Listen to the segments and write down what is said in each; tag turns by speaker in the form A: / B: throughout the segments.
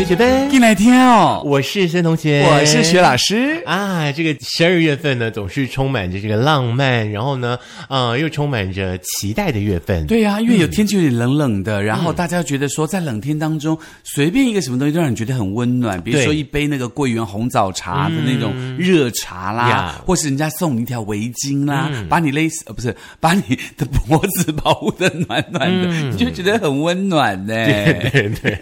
A: 同学们，
B: 进来听哦，
A: 我是森同学，
B: 我是徐老师。
A: 啊，这个十二月份呢，总是充满着这个浪漫，然后呢，呃，又充满着期待的月份。，
B: 对呀、因为有天气有点冷冷的，然后大家觉得说，在冷天当中，随便一个什么东西都让你觉得很温暖，比如
A: 对嗯
B: 说一杯那个桂圆红枣茶的那种热茶啦，
A: 呀嗯
B: 或是人家送你一条围巾啦，把你勒死，呃，不是，把你的脖子保护的暖暖的，你就觉得很温暖 呢、
A: 嗯对 对，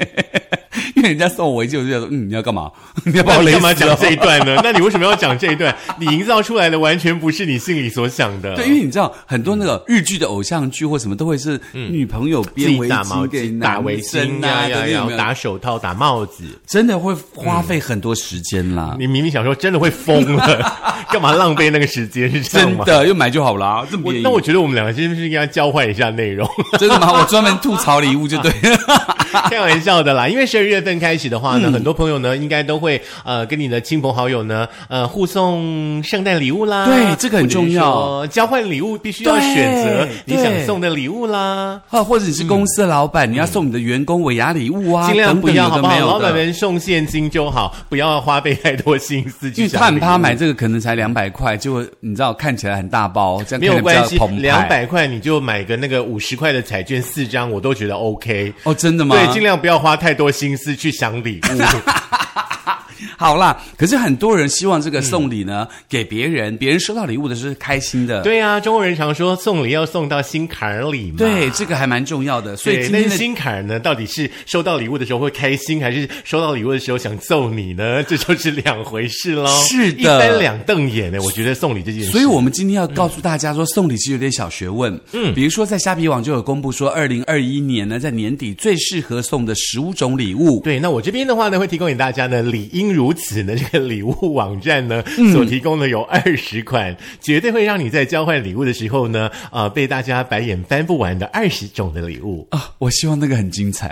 B: 因为人家送我围巾，我就觉得，嗯，你要干嘛？ 你要把
A: 那
B: 我
A: 你
B: 勒
A: 干嘛
B: 死、
A: 讲
B: 哦？
A: 这一段呢？ 那你为什么要讲这一段？你营造出来的完全不是你心里所想的。
B: 对，因为你知道很多那个日剧的偶像剧或什么都会是女朋友
A: 自
B: 编
A: 己
B: 围
A: 打毛
B: 巾给
A: 巾、打
B: 男
A: 围
B: 生
A: 巾呀
B: 啊，对
A: 呀
B: 对有
A: 呀
B: 没，有
A: 嗯打手套、打帽子。
B: 真的会花费很多时间啦。
A: 你明明想说真的会疯了， 干嘛浪费那个时间？是这样
B: 真
A: 吗？
B: 的，又买就好啦，这么
A: 我
B: 便宜。
A: 那我觉得我们两个是不是应该交换一下内容？
B: 真的吗？我专门吐槽礼物就对 了。
A: 开玩笑的啦，因为十二月份开始的话
B: 嗯
A: 呢，很多朋友呢应该都会呃跟你的亲朋好友呢呃互送圣诞礼物啦，
B: 对这个很重要
A: 或者是说交换礼物必须要
B: 对
A: 选择你
B: 对
A: 想送的礼物啦。
B: 或或者你是公司的老板，你要送你的员工尾牙礼物
A: 嗯
B: 啊，
A: 尽量不要，好
B: 等
A: 不好？
B: 等有
A: 老
B: 的没有
A: 板
B: 的。
A: 们送现金就好，不要花费太多心思
B: 因
A: 去
B: 为
A: 想
B: 他很
A: 礼物
B: 怕买这个可能才两百块，结果你知道看起来很大包，这样
A: 没有
B: 看起来
A: 关
B: 比
A: 系
B: 较澎湃。，
A: 两百块你就买个那个五十块的彩券四张，我都觉得 OK。
B: 哦，真的吗？嗯
A: 对，尽量不要花太多心思去想礼 物。
B: 好啦，可是很多人希望这个送礼呢、给别人，别人收到礼物的时候是开心的。
A: 对啊，中国人常说送礼要送到心坎儿里嘛。
B: 对，这个还蛮重要的。所以
A: 对，
B: 今
A: 那
B: 天的
A: 心坎儿呢，到底是收到礼物的时候会开心，还是收到礼物的时候想揍你呢？ 这就是两回事喽。
B: 是的
A: 一翻两瞪眼呢。我觉得送礼这件事，
B: 所以，我们今天要告诉大家说，送礼其实有点小学问。嗯，比如说在虾皮网就有公布说，二零二一年呢，在年底最适合送的十五种礼物。
A: 对，那我这边的话呢，会提供给大家呢，理应如此呢，这个礼物网站呢，
B: 嗯
A: 所提供的有二十款，绝对会让你在交换礼物的时候呢，呃，被大家白眼翻不完的二十种的礼 物。
B: 啊，我希望那个很精彩。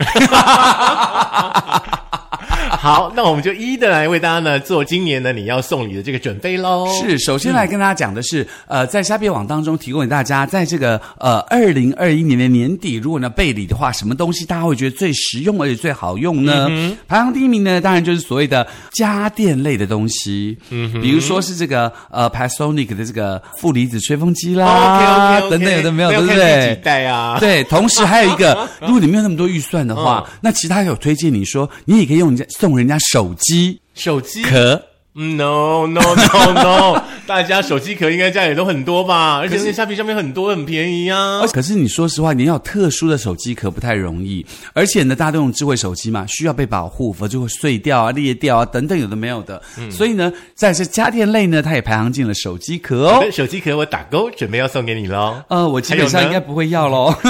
A: 好，那我们就一一的来为大家呢做今年呢你要送礼的这个准备喽。
B: 是，首先哦来跟大家讲的是，呃，在虾皮网当中提供给大家，在这个呃二零二一年的年底，如果呢备礼的话，什么东西大家会觉得最实用而且最好用呢？排行第一名呢，当然就是所谓的家电类的东西，嗯，比如说是这个呃 Panasonic 的这个负离子吹风机啦
A: OK，OK，OK，
B: 等等，有哦的没有，
A: 那
B: 对
A: 要
B: 不
A: 看第
B: 对
A: 几？代啊？
B: 对，同时还有一 个，如果你没有那么多预算的话，那其他有推荐你说，你也可以用人家送人家手机
A: 手机嗯
B: 壳。
A: No no no no！大家手机壳应该家里都很多吧？而且那些虾皮上面很多，很便宜啊
B: 而。且可是你说实话，你要有特殊的手机壳不太容易，而且呢，大家都用智慧手机嘛，需要被保护，否则就会碎掉啊、裂掉啊等等，有的没有的。
A: 嗯
B: 所以呢，在这家电类呢，它也排行进了手机 壳哦。
A: 哎手机壳我打勾，准备要送给你喽。
B: 呃，我基本
A: 还
B: 上
A: 有
B: 应
A: 呢嗯
B: 该不会要喽。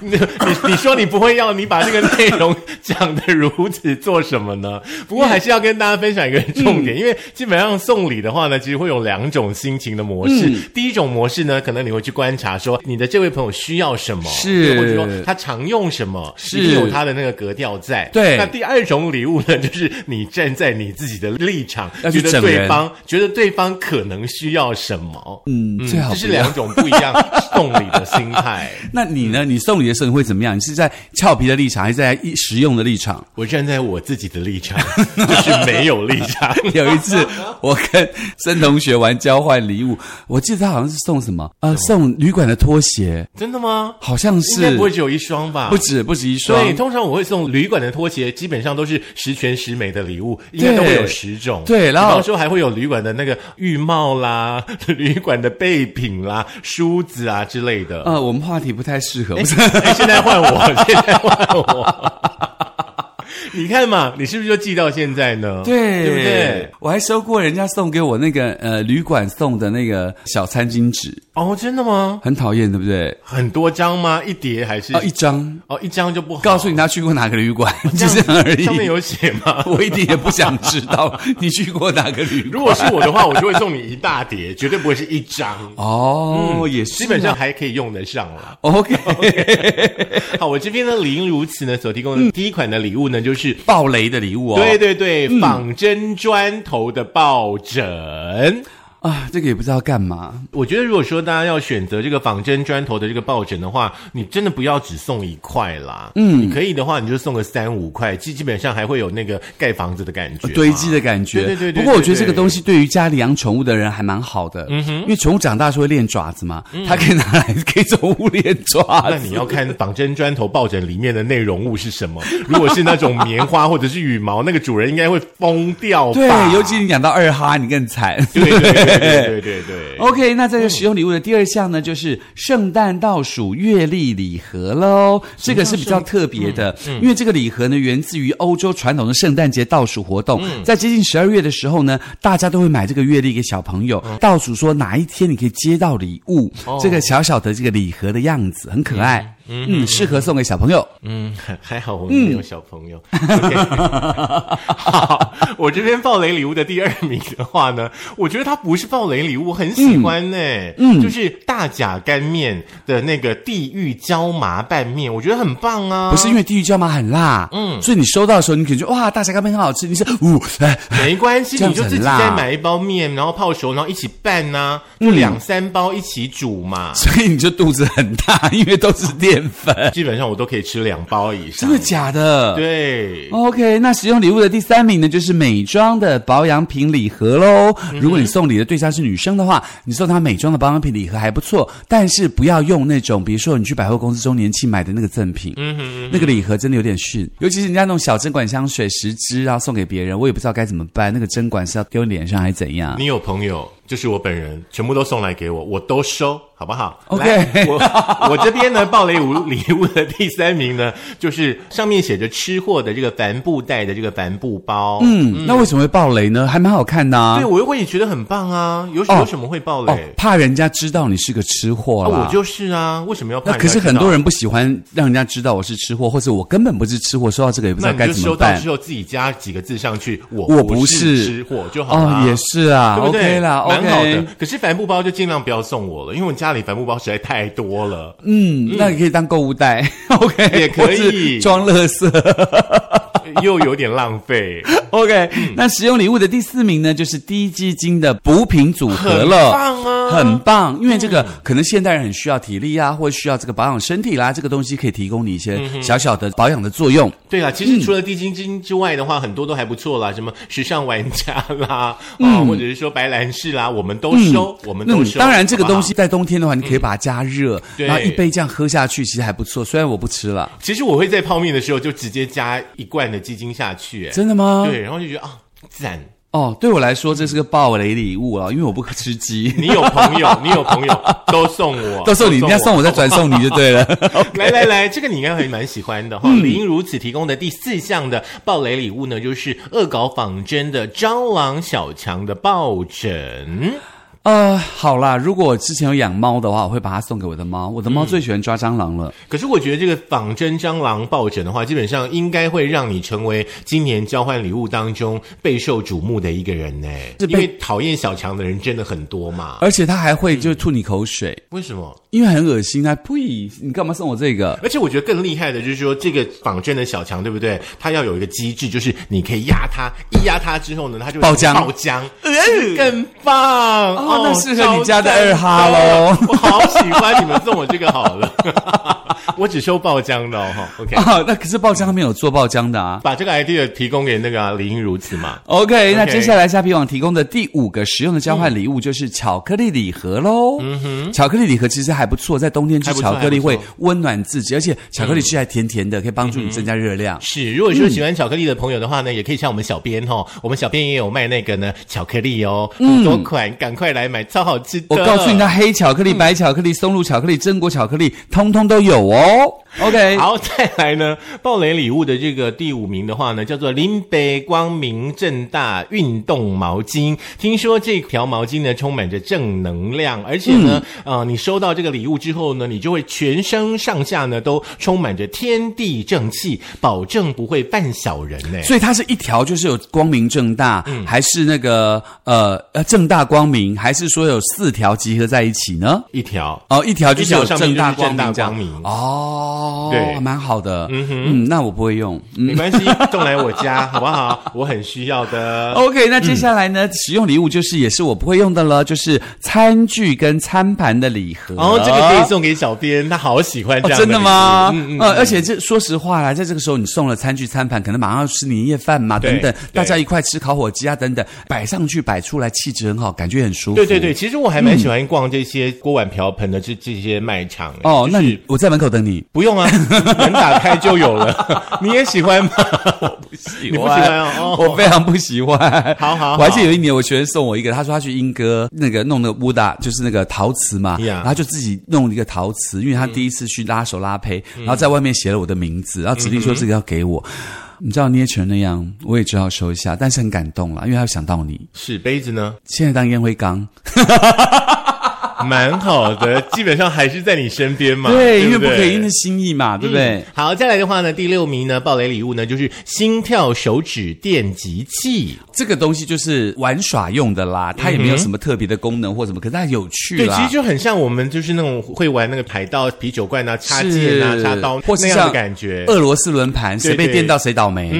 A: 你你你说你不会要，你把这个内容讲的如此做什么呢？不过还是要跟大家分享一个重
B: 嗯
A: 点，因为基本上送礼的话呢，其实会有两种心情的模式。
B: 嗯
A: 第一种模式呢，可能你会去观察说你的这位朋友需要什么，
B: 是
A: 或者说他常用什么，
B: 是
A: 一定有他的那个格调在。
B: 对
A: 那第二种礼物呢，就是你站在你自己的立场，
B: 要
A: 觉
B: 去
A: 得
B: 整
A: 对
B: 人
A: 方觉得对方可能需要什么。
B: 嗯，最
A: 这
B: 好不
A: 是
B: 要
A: 两种不一样送礼的心态。
B: 那你呢？你送礼的时候你会怎么样？你是在俏皮的立场，还是在一实用的立场？
A: 我站在我自己的立场， 就是没有立场。
B: 有一次，我跟森同学玩交换礼物，我记得他好像是送什么？呃，送旅馆的拖鞋，
A: 真的吗？
B: 好像
A: 应该
B: 是
A: 不会只有一双吧？
B: 不止不止一双。
A: 对，通常我会送旅馆的拖鞋，基本上都是十全十美的礼物，应该都会有十种。
B: 对然后
A: 比方说还会有旅馆的那个浴帽啦、旅馆的备品啦、梳子啊之类的。
B: 呃，我们话题不太适合，不是
A: 哎，现在换我， 现在换我。 你看嘛，你是不是就记到现在呢？对不对？？
B: 我还收过人家送给我那个呃旅馆送的那个小餐巾纸，
A: 哦，真的吗？
B: 很讨厌，对不对？
A: 很多张吗？一叠还是？
B: 哦，一张，
A: 哦，一张就不好。
B: 告诉你他去过哪个旅馆，
A: 这
B: 就
A: 样
B: 这样而已。？
A: 上面有写吗
B: 我一点也不想知道 你去过哪个旅
A: 如果
B: 馆。
A: 是我的话，我就会送你一大叠，绝对不会是一张。
B: 哦，也是啊，
A: 嗯基本上还可以用得上了。
B: OK，嗯
A: 好，我这边呢，林如此呢所提供的第一款的礼物呢，就是
B: 暴雷的礼物哦。
A: 对对对，仿真砖头的抱枕。
B: 啊，这个也不知道干嘛。
A: 我觉得，如果说大家要选择这个仿真砖头的这个抱枕的话，你真的不要只送一块啦。嗯，你可以的话，你就送个三五块，基基本上还会有那个盖房子的感觉嘛，
B: 堆积的感觉。
A: 对对对对
B: 不过我觉得
A: 对
B: 这个东西对于家里养宠物的人还蛮好的，因为宠物长大是会练爪子嘛，它可以拿来给宠物练爪
A: 那
B: 子。
A: 你要看仿真砖头抱枕里面的内容物是什么。如果是那种棉花或者是羽毛，那个主人应该会疯掉吧？
B: 对，尤其你养到二哈，你更惨。
A: 对对对对对对对对。
B: OK，那这个实用礼物的第二项呢，就是圣诞倒数月历礼盒喽。这个是比较特别的，因为这个礼盒呢，源自于欧洲传统的圣诞节倒数活动。在接近十二月的时候呢，大家都会买这个月历给小朋友，倒数说哪一天你可以接到礼物。这个小小的这个礼盒的样子很可爱，哦嗯，适合送给小朋友。
A: 嗯，还好我们没有小朋友。OK 好，我这边爆雷礼物的第二名的话呢，我觉得它不是爆雷礼物，我很喜欢呢、嗯，就是大甲干面的那个地狱椒麻拌面，我觉得很棒啊。
B: 不是因为地狱椒麻很辣，嗯，所以你收到的时候，你可能觉得哇，大甲干面很好吃，你是呜，哎
A: 没关系，
B: 这样
A: 你
B: 子
A: 就自己
B: 很辣
A: 再买一包面，然后泡熟，然后一起拌呐、
B: 嗯
A: 就两三包一起煮嘛。
B: 所以你就肚子很大，因为都是淀粉。
A: 基本上我都可以吃两包以上。
B: 真的假的？。
A: 对，
B: OK，那使用礼物的第三名呢，就是美妆的保养品礼盒喽。如果你送礼的对象是女生的话，你送她美妆的保养品礼盒还不错，但是不要用那种，比如说你去百货公司周年庆买的那个赠品，嗯哼，那个礼盒真的有点逊，尤其是人家那种小针管香水十支，然后送给别人，我也不知道该怎么办，那个针管是要丢脸上还是怎样？
A: 你有朋友，就是我本人，全部都送来给我，我都收，好不好
B: OK
A: 来我 我这边呢，暴雷五礼物的第三名呢，就是上面写着吃货的这个帆布袋的这个帆布包。嗯，
B: 嗯，那为什么会爆雷呢？还蛮好看的啊
A: 对，。我我也觉得很棒啊，有什
B: 哦
A: 有什么会暴雷？
B: 哦，怕人家知道你是个吃货
A: 啊
B: 啦。
A: 我就是啊，为什么要怕
B: 那
A: 人家
B: 可
A: 知道？
B: 是很多人不喜欢让人家知道我是吃货，或者我根本不是吃货，收到这个也不知
A: 那你
B: 道该
A: 就
B: 怎
A: 收
B: 么
A: 到
B: 办
A: 之。后自己加几个字上去，我
B: 我
A: 不
B: 不
A: 是
B: 是
A: 吃货就好了、
B: 哦，也是啊
A: 对不对
B: ，OK 嗯啦
A: 蛮好的
B: ，OK。。
A: 可是帆布包就尽量不要送我了，因为我家里帆布包实在太多了。
B: 嗯，那你可以当购物袋 ，OK，
A: 也可以
B: 或是装垃圾
A: 又有点浪 费，
B: ，OK。那实用礼物的第四名呢，就是低基金的补品组合
A: 很
B: 了，
A: 棒啊嗯
B: 很棒。因为这个可能现代人很需要体力啊，或者需要这个保养身体啦，这个东西可以提供你一
A: 嗯
B: 些小小的保养的作用。
A: 对啊啦，其
B: 嗯
A: 实除了地晶晶之外的话，很多都还不错啦，什么时尚玩家啦，啊、或者是说白兰氏啦，我们都收，我们都
B: 嗯
A: 收。
B: 当然，这个
A: 好不好
B: 东西在冬天的话，你可以把它加热，
A: 对
B: 然后一杯这样喝下去，其实还不错。虽然我不吃了，
A: 其实我会在泡面的时候就直接加一罐的鸡精下去、哎
B: 真的吗？
A: 对，然后就觉得啊，赞。
B: 哦，对我来说这是个暴雷礼物啊，因为我不吃 鸡。
A: 你有朋友，你有朋友 都送我，
B: 到时候你人家送我，再转送你就对了。
A: 来来来，这个你应该还蛮喜欢的哈。
B: 嗯
A: 理应如此提供的第四项的暴雷礼物呢，就是恶搞仿真的蟑螂小强的抱枕。
B: 呃，好啦，如果我之前有养猫的话，我会把它送给我的猫。我的猫最喜欢抓蟑螂了。
A: 可是我觉得这个仿真蟑螂抱枕的话，基本上应该会让你成为今年交换礼物当中备受瞩目的一个人呢，
B: 是
A: 因
B: 被
A: 为讨厌小强的人真的很多嘛。
B: 而且它还会就吐你口水，
A: 为什么？
B: 因为很恶心啊！呸，你干嘛送我这个？
A: 而且我觉得更厉害的就是说，这个仿真的小强，对不对？它要有一个机制，就是你可以压它，一压它之后呢，它就
B: 爆浆呃
A: 爆浆，更棒
B: 哦那适合你家
A: 超
B: 的
A: 赞
B: 二哈喽
A: 我好喜欢你们送我这个好了， 我只收爆浆的哦。哈 OK，
B: 啊，那可是爆浆没有做爆浆的啊。
A: 把这个 idea 提供给那个啊理应如此嘛。
B: OK，, 那接下来虾皮网提供的第五个实用的交换礼物就是巧克力礼盒喽。嗯哼，巧克力礼盒其实还不错，在冬天吃
A: 还不错
B: 巧克力
A: 还
B: 会
A: 不错
B: 温暖自己，而且巧克力吃起来甜甜的，可以帮助你增加热量。
A: 是，如果说喜欢巧克力的朋友的话呢，也可以像我们小编哦，我们小编也有卖那个呢巧克力哦，很多款，赶快来买，超好吃的。
B: 嗯我告诉你，它黑巧克力、白巧克力、松露巧克力、榛果巧克力，通通都有哦。OK，
A: 好，再来呢，暴雷礼物的这个第五名的话呢，叫做林北光明正大运动毛巾。听说这条毛巾呢，充满着正能量，而且呢，呃，你收到这个礼物之后呢，你就会全身上下呢都充满着天地正气，保证不会犯小人呢、
B: 所以它是一条，就是有光明正大，还是那个呃呃正大光明，还是说有四条集合在一起呢？
A: 一条。
B: 哦，一条就是有
A: 一条上面
B: 正
A: 就
B: 大
A: 是正
B: 光
A: 大
B: 明这样
A: 光明
B: 哦，
A: 对
B: 蛮好的。嗯哼，那我不会用。嗯
A: 没关系，送来我家好不好？我很需要的。
B: OK，那接下来呢，
A: 嗯
B: 使用礼物就是也是我不会用的了，就是餐具跟餐盘的礼盒。
A: 哦，这个可以送给小编，他好喜欢这
B: 哦，
A: 样、
B: 真的吗？嗯呃，而且这说实话啦，在这个时候你送了餐具、餐盘，可能马上要吃年夜饭嘛，
A: 对
B: 等等，
A: 对
B: 大家一块吃烤火鸡啊，等等，摆上去摆出来，气质很好，感觉很舒服。
A: 对对。对，其实我还蛮喜欢逛这些锅碗瓢盆的这这些卖场。
B: 哦，那你我在门口等你。
A: 不用啊， 门打开就有 了。你也喜欢吗？
B: 喜
A: 你
B: 啊
A: 不喜欢哦
B: 我非常不喜欢。
A: 好好
B: 我还记
A: 好
B: 得有一年我学生送我一个，他说他去英哥那个弄的乌达，就是那个陶瓷嘛
A: Yeah
B: 然后就自己弄了一个陶瓷，因为他第一次去拉手拉胚，
A: 嗯
B: 然后在外面写了我的名字，然后指定说这个要给我。你知道捏成那样，我也只好收一下，但是很感动啦，因为他有想到你。
A: 纸杯子呢，
B: 现在当烟灰缸，
A: 蛮好的，基本上还是在你身边嘛。
B: 对，因为
A: 不嗯
B: 不可以因为心意嘛，对不对？
A: 好，再来的话呢，第六名呢，暴雷礼物呢就是心跳手指电极器。
B: 这个东西就是玩耍用的啦，它也没有什么特别的功能或什么，可是它有趣
A: 嗯对，
B: 啦。
A: 其实就很像我们就是那种会玩那个海盗啤酒罐啊、插剑啊、
B: 是
A: 插刀
B: 或是
A: 那样
B: 像
A: 的感觉，
B: 俄罗斯轮盘，谁被
A: 对嗯
B: 电到谁倒霉，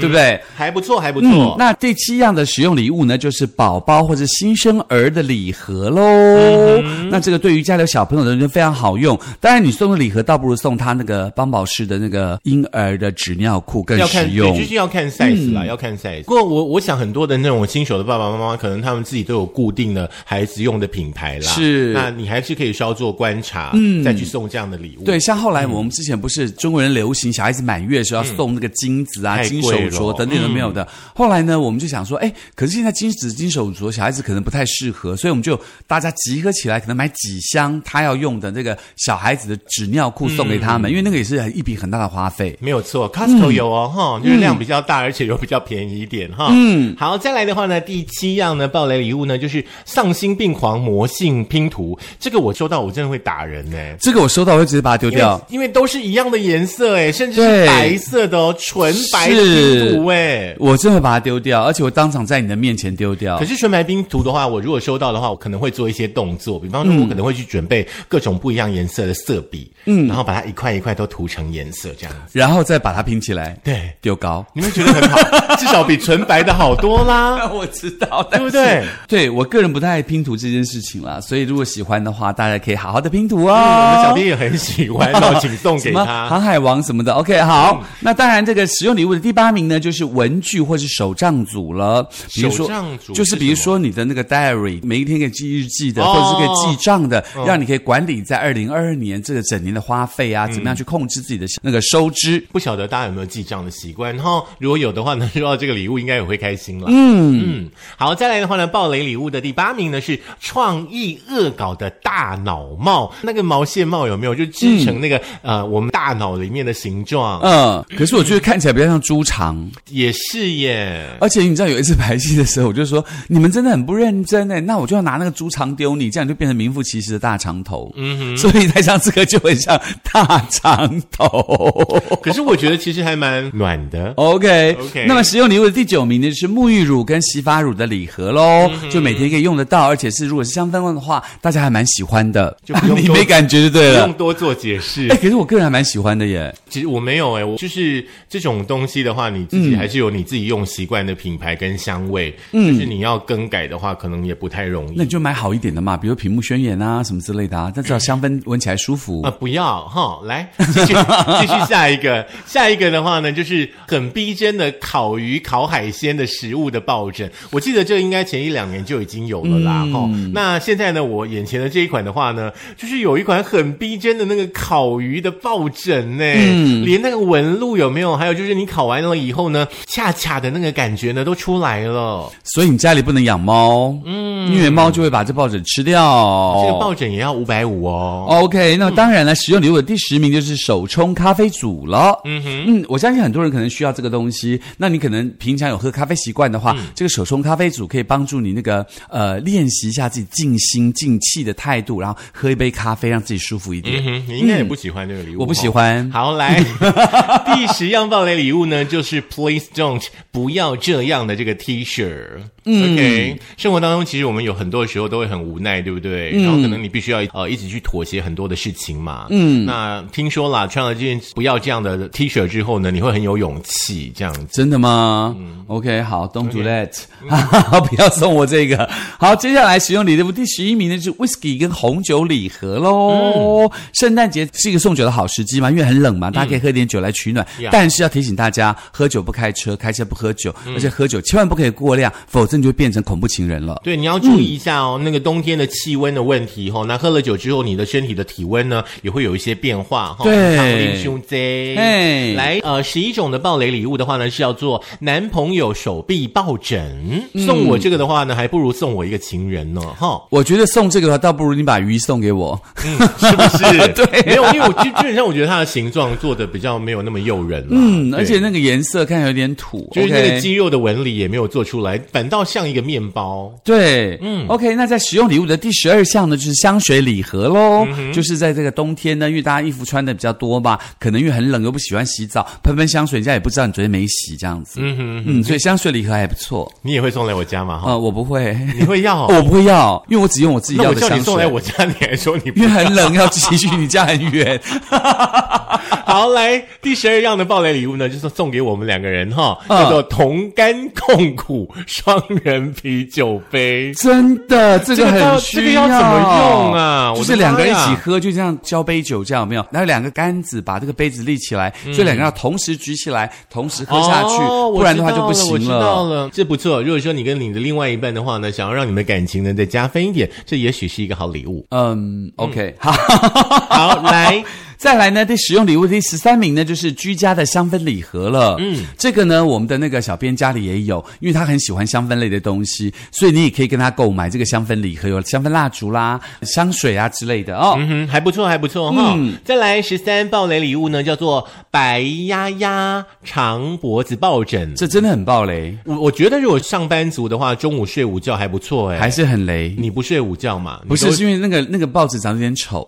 B: 对不对？
A: 还不错，还不
B: 嗯
A: 错。，
B: 那第七样的使用礼物呢，就是宝宝或者新生儿的礼盒喽。
A: 嗯
B: 那这个对于家里有小朋友的人就非常好用。当然，你送的礼盒倒不如送他那个邦宝适的那个婴儿的纸尿裤更
A: 要
B: 实
A: 看，
B: 用嗯
A: 对，就。是要看 size 啦，要看 size。不过我我想很多的那种新手的爸爸妈妈，可能他们自己都有固定的孩子用的品牌啦。
B: 是
A: 那你还是可以稍作观察，嗯，再去送这样的礼物。
B: 对，，像后来我们之前不是中国人流行小孩子满月的时候要送那个金子啊、
A: 嗯太
B: 金手
A: 贵了嗯
B: 镯等等都没有的。后来呢，我们就想说，哎，可是现在金子、金手镯小孩子可能不太适合，所以我们就大家集合起来，可能买几箱他要用的那个小孩子的纸尿裤送给
A: 嗯
B: 他们，因为那个也是很一笔很大的花费。
A: 没有错，Costco
B: 嗯
A: 有哦，哈、就是量比较大，而且又比较便宜一点，哈。嗯，好，再来的话呢，第七样呢，暴雷礼物呢，就是丧心病狂魔性拼图。这个我收到，我真的会打人呢、
B: 这个我收到，我会直接把它丢
A: 因为
B: 掉。
A: 因为都是一样的颜色诶，甚至是
B: 对
A: 白色的哦，纯白
B: 是
A: 拼图哎诶。
B: 我真的会把它丢掉，而且我当场在你的面前丢掉
A: 可。是纯白冰图的话，我如果收到的话，我可能会做一些动作，比方
B: 嗯
A: 说，我可能会去准备各种不一样颜色的色笔，嗯，然后把它一块一块都涂成颜色这样子。
B: 然后再把它拼起来，
A: 对，
B: 丢高。
A: 你们觉得很好，至少比纯白的好多啦。
B: 我知道，对
A: 不 对？
B: 对我个人不太爱拼图这件事情啦，所以如果喜欢的话，大家可以好好的拼图
A: 嗯我
B: 哦。
A: 们小弟也很喜欢哦，请送给
B: 什么
A: 他。嗯
B: 航海王什么的，OK，好。那当然，这个实用礼物的第八名呢，就是文具或是手账组了。比如
A: 手
B: 说
A: 账组
B: 就是
A: 是
B: 比如
A: 什么
B: 说你的那个 diary，每一天可以记日记的，
A: 哦
B: 或者是可以记账的，让你可以管理在二零二二年这个整年的花费啊，怎么样去控制自己的那个收支。
A: 不晓得大家有没有记账的习惯？然后如果有的话呢，收到这个礼物应该也会开心啦。嗯嗯，好，再来的话呢，暴雷礼物的第八名呢是创意恶搞的大脑帽，那个毛线帽有没有？就织成那个、呃我们大脑里面的形状，
B: 嗯，可是我觉得看起来比较像猪肠。
A: 也是耶。
B: 而且你知道有一次排戏的时候，我就说你们真的很不认真哎，那我就要拿那个猪肠丢你，这样就变成名副其实的大肠头。嗯哼，所以台上这个就很像大肠头。
A: 可是我觉得其实还蛮暖的。
B: 哦 OK
A: OK
B: 那么实用礼物的第九名呢，就是沐浴乳跟洗发乳的礼盒喽，
A: 嗯
B: 就每天可以用得到，而且是如果是香氛味的话，大家还蛮喜欢的，
A: 就不用
B: 你
A: 多
B: 没感觉就对
A: 不
B: 了
A: 用。多做解释
B: 哎、，可是我个人还蛮喜欢的耶。
A: 其实我没有哎、我就是这种东西的话，你自己
B: 嗯
A: 还是有你自己用习惯的品牌跟香味，就是你要更改的话，可能也不太容易
B: 那你就买好一点的嘛，比如屏幕宣言啊什么之类的啊，但至少香氛闻起来舒服。
A: 啊！不要哈，来继续继续下一个，下一个的话呢，就是很逼真的烤鱼、烤海鲜的食物的抱枕。我记得这应该前一两年就已经有了
B: 嗯
A: 啦哈、那现在呢，我眼前的这一款的话呢，就是有一款很逼真的那个烤鱼的抱枕呢、
B: 嗯
A: 连那个纹路有没有？还有就是你烤完了以后呢，恰恰的那个感觉呢都出来了。
B: 所以你家里不能养猫，嗯，因为猫就会把这抱枕吃掉。
A: 这个抱枕也要五百五哦。
B: OK，那当然了，使用礼物的第十名就是手冲咖啡组了。嗯哼，嗯，我相信很多人可能需要这个东西。那你可能平常有喝咖啡习惯的话，这个手冲咖啡组可以帮助你那个呃练习一下自己静心静气的态度，然后喝一杯咖啡让自己舒服一点。
A: 嗯哼，你应该也不喜欢这个礼物、
B: 嗯我不喜
A: 哈
B: 欢。
A: 好，来第十样暴雷礼物呢，就是 Please don't 不要这样的这个 T 恤。 OK，生活当中其实我们有很多时候都会很无奈，对不对？然后可能你必须要呃一直去妥协很多的事情嘛。嗯，那听说啦，穿了这件不要这样的 T 恤之后呢，你会很有勇气这样子。
B: 真的吗、o
A: 嗯
B: k 好，Don't do that，不 要送我这个。好，接下来使用礼物第十一名呢是 whisky 跟红酒礼盒
A: 嗯
B: 喽。圣诞节是一个送酒的好时机嘛，因为很冷嘛，大家可以喝点酒来取暖。
A: Yeah
B: 但是要提醒大家，喝酒不开车，开车不喝酒，
A: 嗯
B: 而且喝酒千万不可以过量，否则你就会变成恐怖情人了。
A: 对，你要注意一下哦，那个冬天的气温的问题哈、哦。那喝了酒之后，你的身体的体温呢也会有一些变化哦哈。
B: 对
A: 胸贼。
B: 嘿
A: 来，呃，十一种的暴雷礼物的话呢，是要做男朋友手臂抱枕。
B: 嗯
A: 送我这个的话呢，还不如送我一个情人呢，哈、
B: 我觉得送这个的话，倒不如你把鱼送给我。
A: 是不 是？
B: 对
A: 啊
B: 啊
A: 没有，因为我基基本上我觉得它的形状做的比较没有那么诱人啦。啊
B: 嗯，而且
A: 对
B: 那个颜色看起来有点土，
A: 就是那个
B: OK
A: 肌肉的纹理也没有做出来，反倒像一个面包。
B: 对，嗯，OK，那在使用礼物的第十二项呢，就是香水礼盒
A: 嗯
B: 喽，就是在这个冬天呢，因为大家衣服穿的比较多吧，可能因为很冷又不喜欢洗澡，喷喷香水，人家也不知道你昨天没洗这样子，嗯哼嗯，所以香水礼盒还不错，
A: 你也会送来我家吗？哈、
B: 呃，我不会，
A: 你会要、 哦？
B: 我不会要，因为我只用我自己
A: 那
B: 要
A: 我
B: 的
A: 叫你
B: 香
A: 送来
B: 水。
A: 我家，你还说你不
B: 因为很冷，要继续，你家很远。
A: 好，来第十二样的暴雷礼物呢，就是送给我们两个人哈，
B: 嗯
A: 叫做同甘共苦双人啤酒杯。
B: 真的，这个
A: 这个到
B: 很需
A: 这个要怎么用啊
B: 就
A: 我的
B: 是两个人一
A: 妈呀
B: 起喝，就这样交杯酒，这样有没有？然后两个杆子把这个杯子立起来，所以两个人要同时举起来，同时喝下去，
A: 嗯哦
B: 不然的话就不
A: 我
B: 行。
A: 知道了，我知道了这不错。如果说你跟你的另外一半的话呢，想要让你们感情呢再加分一点，这也许是一个好礼物
B: 嗯，OK，好，
A: 好，来，
B: 再来呢，第使用礼物第十三名呢，就是居家的香氛礼盒了。嗯，这个呢，我们的那个小编家里也有，因为他很喜欢香氛类的东西，所以你也可以跟他购买这个香氛礼盒，有香氛蜡烛啦、香水啊之类的哦。
A: 嗯哼，还不错，还不错哈。
B: 嗯
A: 再来十三暴雷礼物呢，叫做白鸭鸭长脖子抱枕。
B: 这真的很爆雷，
A: 我我觉得如果上班族的话，中午睡午觉还不错哎。
B: 还是很雷。
A: 你不睡午觉嘛？
B: 嗯不是，
A: 你都
B: 是因为那个那个报纸长得有点丑，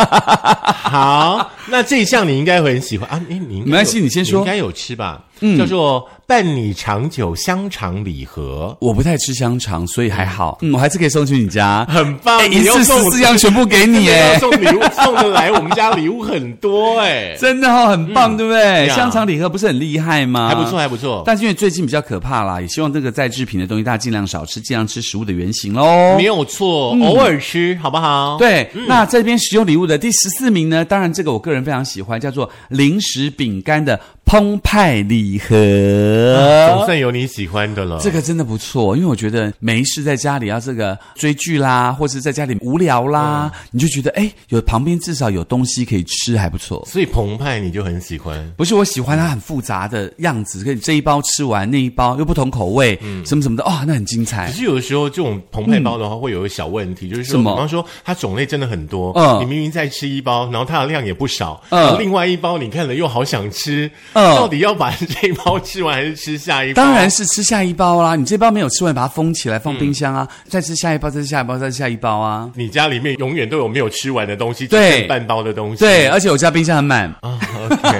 A: 好，那这一项你应该会很喜欢啊！你你应该有
B: 没关系你先说
A: 应该有吃吧？嗯，叫做伴你长久香肠礼盒，
B: 我不太吃香肠，所以还好。嗯，我还是可以送去你家，
A: 很棒！
B: 哎
A: 啊你
B: 一
A: 要
B: 次
A: 送
B: 十四样全部 给你哎
A: 真的要
B: 耶，
A: 送礼物送的来，我们家礼物很多哎，
B: 真的哦，很棒，对不对？
A: 呀
B: 香肠礼盒不是很厉害吗？
A: 还不错，。还不错。
B: 但是因为最近比较可怕啦，也希望这个再制品的东西大家尽量少吃，尽量吃食物的原型喽。
A: 没有嗯错，偶尔吃好不好？，
B: 哦嗯对，那这边使用礼物的第十四名呢，当然这个我个人非常喜欢，叫做零食饼干的澎湃礼盒。
A: 总算有你喜欢的了。
B: 啊这个真的不错，因为我觉得没事在家里要这个追剧啦，或是在家里无聊啦，
A: 嗯
B: 你就觉得哎，有旁边至少有东西可以吃，还不错。
A: 所以澎湃你就很喜欢。
B: 不是我喜欢它很复杂的样子，可以这一包吃完那一包又不同口味，
A: 嗯
B: 什么什么的，哦，那很精彩
A: 可。是有的时候这种澎湃包的话，会有一个小问题，就是说，
B: 什么
A: 比方说它种类真的很多，
B: 嗯
A: 你明明在吃一包，然后它的量也不少，
B: 嗯
A: 然后另外一包你看了又好想吃，
B: 嗯
A: 到底要把这一包吃完还是吃下一包？
B: 当然是吃下一包啦，你这包没有吃完，把它封起来
A: 嗯
B: 放冰箱啊，再吃下一包，再吃下一包，再吃下一包啊。
A: 你家里面永远都有没有吃完的东西，只
B: 对
A: 剩半包的东西。
B: 对，而且我家冰箱很满。
A: 啊，OK，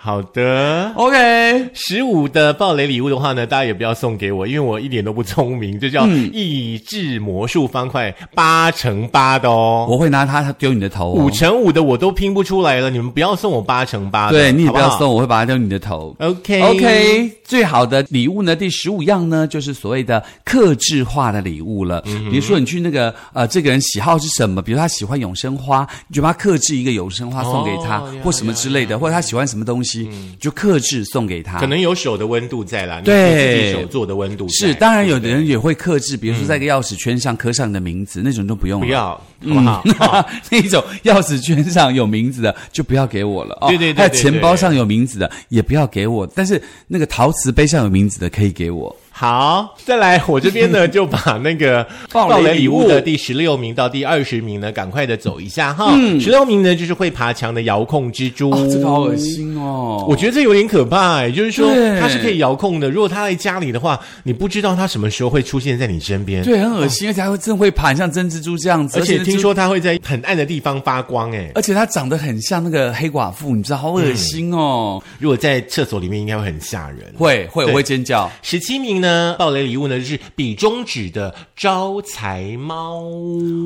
A: 好的。
B: OK，
A: 十五的暴雷礼物的话呢，大家也不要送给我，因为我一点都不聪明，这叫
B: 嗯
A: 益智魔术方块八乘八的哦，
B: 我会拿它它丢你的头、
A: 五
B: 哦。
A: 乘五的我都拼不出来了，你们不要送我八乘八的，
B: 对你也
A: 好
B: 不
A: 不
B: 要
A: 要
B: 送，我会把它丢你的头。
A: OK
B: OK，最好的礼物呢，第十五样呢，就是所谓的克制化的礼物了。
A: 嗯
B: 比如说你去那个呃，这个人喜好是什么？比如他喜欢永生花，你就帮他克制一个永生花送给他，
A: 哦呀
B: 或什么
A: 呀嗯
B: 之类的，或者他喜欢什么东西，就克制送给他。
A: 可能有手的温度在啦，你
B: 对
A: 自己手做的温度在
B: 是，当然有的
A: 对不
B: 人也会克制，比如说在一个钥匙圈上刻上你的名字，那种就不用
A: 对
B: 了。
A: 嗯不要，好不好？
B: 嗯
A: 好
B: 那一种钥匙圈上有名字的就不要给我了哦。
A: 对对对
B: 还有
A: 对
B: 钱包
A: 对
B: 上有名字的也不要给我，但是那个陶瓷杯上有名字的可以给我。
A: 好，再来，我这边呢就把那个
B: 暴雷
A: 雷礼
B: 礼物
A: 的第十六名到第二十名呢，赶快的走一下哈。十六名呢就是会爬墙的遥控蜘蛛，
B: 哦，这个好恶。心哦！
A: 我觉得这有点可怕、哎，就是说
B: 对
A: 它是可以遥控的。如果它在家里的话，你不知道它什么时候会出现在你身边。，
B: 对，很恶心，而且还会真会爬，像真蜘蛛这样子。
A: 哦而且
B: 那
A: 听
B: 蜘
A: 说它会在很暗的地方发光、哎，
B: 而且它长得很像那个黑寡妇，你知道，好恶心哦！
A: 如果在厕所里面应该会很吓人。
B: 会会，
A: 嗯对
B: 我会尖叫。
A: 十七名呢，暴雷礼物呢就是比中指的招财猫。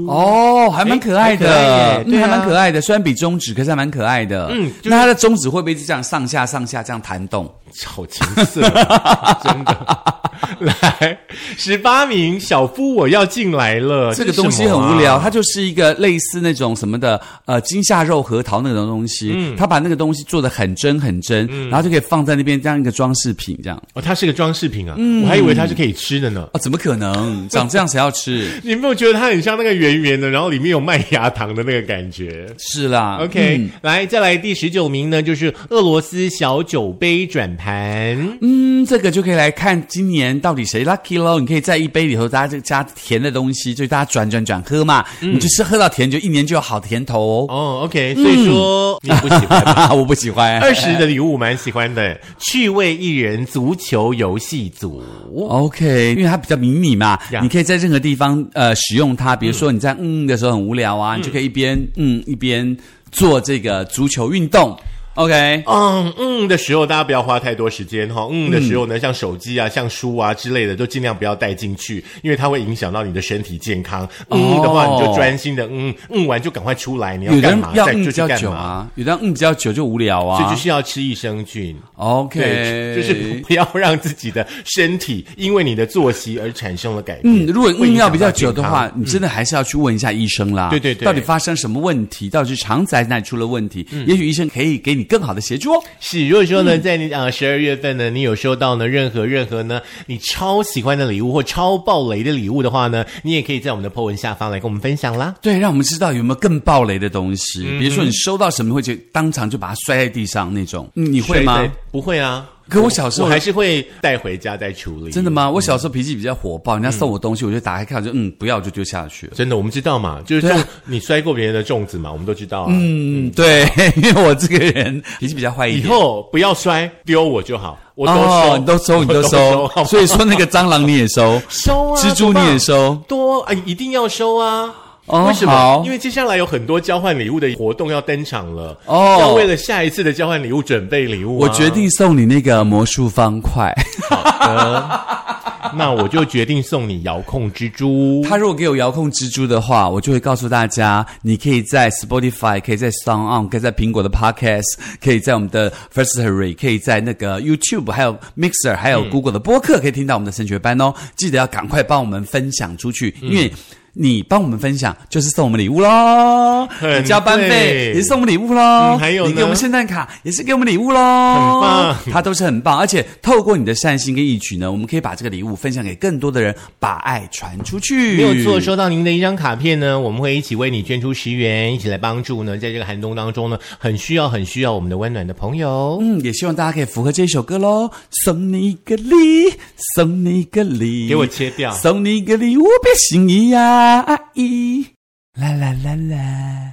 B: 哦，还蛮可
A: 嗯
B: 爱
A: 哎还
B: 的
A: 可爱耶，对啊
B: 还蛮可爱的。虽然比中指，可是还蛮可爱的。嗯，那它的中指会不会就这样上下上下这样弹动？
A: 好情色，啊 真的。来，十八名小夫，我要进来了。
B: 这个
A: 是
B: 东西
A: 什
B: 很
A: 么啊
B: 无聊，它就是一个类似那种什么的呃金夏肉核桃那种东西，
A: 嗯
B: 它把那个东西做的很真很真，然后就可以放在那边这样一个装饰品这样。
A: 哦，它是个装饰品啊，
B: 嗯
A: 我还以为它是可以吃的呢。
B: 哦，怎么可能？长这样谁要吃？
A: 你有没有觉得它很像那个圆圆的，然后里面有麦芽糖的那个感觉？
B: 是啦
A: OK，、来，再来第十九名呢，就是俄罗斯小酒杯转盘。
B: 嗯，这个就可以来看今年到底谁 lucky 喽。你可以在一杯里头，大家就加甜的东西，就大家转转转喝嘛。
A: 嗯
B: 你就是喝到甜，就一年就有好甜头哦。
A: 哦，OK，所以说、你
B: 嗯
A: 不喜欢 吧。
B: 哈哈，我不喜欢。
A: 哦二十的礼物我蛮喜欢的，趣味艺人足球游戏组。
B: OK，因为它比较迷你嘛
A: 呀
B: 你可以在任何地方呃使用它。比如说你在嗯的时候很无聊啊，你就可以一边嗯一边做这个足球运动。OK，
A: 嗯嗯的时候，大家不要花太多时间哈、嗯的时候呢，像手机啊、像书啊之类的，都尽量不要带进去，因为它会影响到你的身体健康。嗯的话，
B: 哦
A: 你就专心的嗯嗯完就赶快出来，你
B: 有
A: 要
B: 的
A: 干
B: 人
A: 嘛
B: 要
A: 再
B: 嗯
A: 就
B: 比
A: 去
B: 较
A: 干
B: 久
A: 嘛。
B: 啊，有的人嗯比较久就无聊
A: 所以
B: 啊
A: 就。是要吃益生菌。
B: OK，
A: 对，就是不要让自己的身体因为你的作息而产生了改变。
B: 嗯，如果
A: 会
B: 用
A: 影响
B: 药
A: 到
B: 比较久的话
A: 健，嗯
B: 你真的还是要去问一下医生啦。
A: 对对对
B: 到底发生什么问题？到底是肠子还是哪里出了问题？
A: 嗯
B: 也许医生可以给你更好的协助哦。
A: 康，是如果说呢，在你啊十二月份呢，你有收到呢任何任何呢你超喜欢的礼物或超爆雷的礼物的话呢，你也可以在我们的 po 文下方来跟我们分享啦。
B: 对，让我们知道有没有更暴雷的东西，
A: 嗯
B: 比如说你收到什么会就当场就把它摔在地上那种，嗯你会吗
A: 对？？对不会啊。
B: 可我小时候
A: 我还是会带回家再处理。
B: 真的？吗？我小时候脾气比较火爆，人
A: 嗯
B: 家送我东西，我就打开看，我就嗯不要，我就丢下去了。
A: 真的，我们知道嘛，就是
B: 对啊
A: 种你摔过别人的粽子嘛，我们都知道啊。
B: 嗯，对， 因为我这个人脾气比较坏一
A: 以
B: 点。
A: 后不要摔，丢我就好，我都
B: 哦，
A: 收，
B: 你都收，你都
A: 我
B: 收
A: 好，
B: 所以说那个蟑螂你也 收，
A: 收啊，
B: 蜘蛛你也收。
A: 多啊，一定要收啊！
B: 哦
A: 为什么
B: 好？
A: 因为接下来有很多交换礼物的活动要登场了，
B: 哦
A: 要为了下一次的交换礼物准备礼物、啊
B: 我决，定送你那个魔术方块，
A: 那我就决定送你遥控蜘蛛。
B: 他如果给我遥控蜘蛛的话，我就会告诉大家，你可以在 Spotify，可以在 Sound On，可以在苹果的 Podcast，可以在我们的 First Story，可以在那个 YouTube，还有 Mixer，
A: 嗯
B: 还有 Google 的播客，可以听到我们的升学班哦。记得要赶快帮我们分享出去，
A: 嗯
B: 因为。你帮我们分享，就是送我们礼物喽！
A: 很
B: 你交班费
A: 对
B: 也是送我们礼物喽、
A: 嗯还有呢
B: 你给我们圣诞卡也是给我们礼物喽！
A: 很棒
B: 它都是很棒，而且透过你的善心跟义举呢，我们可以把这个礼物分享给更多的人，把爱传出去。
A: 没有错，收到您的一张卡片呢，我们会一起为你捐出十元，一起来帮助呢，在这个寒冬当中呢，很需要很需要我们的温暖的朋友。
B: 嗯，也希望大家可以符合这一首歌喽。送你一个礼，送你一个礼，
A: 给我切掉。
B: 啊送你一个礼物，别心意呀、啊，阿姨，啦啦啦啦。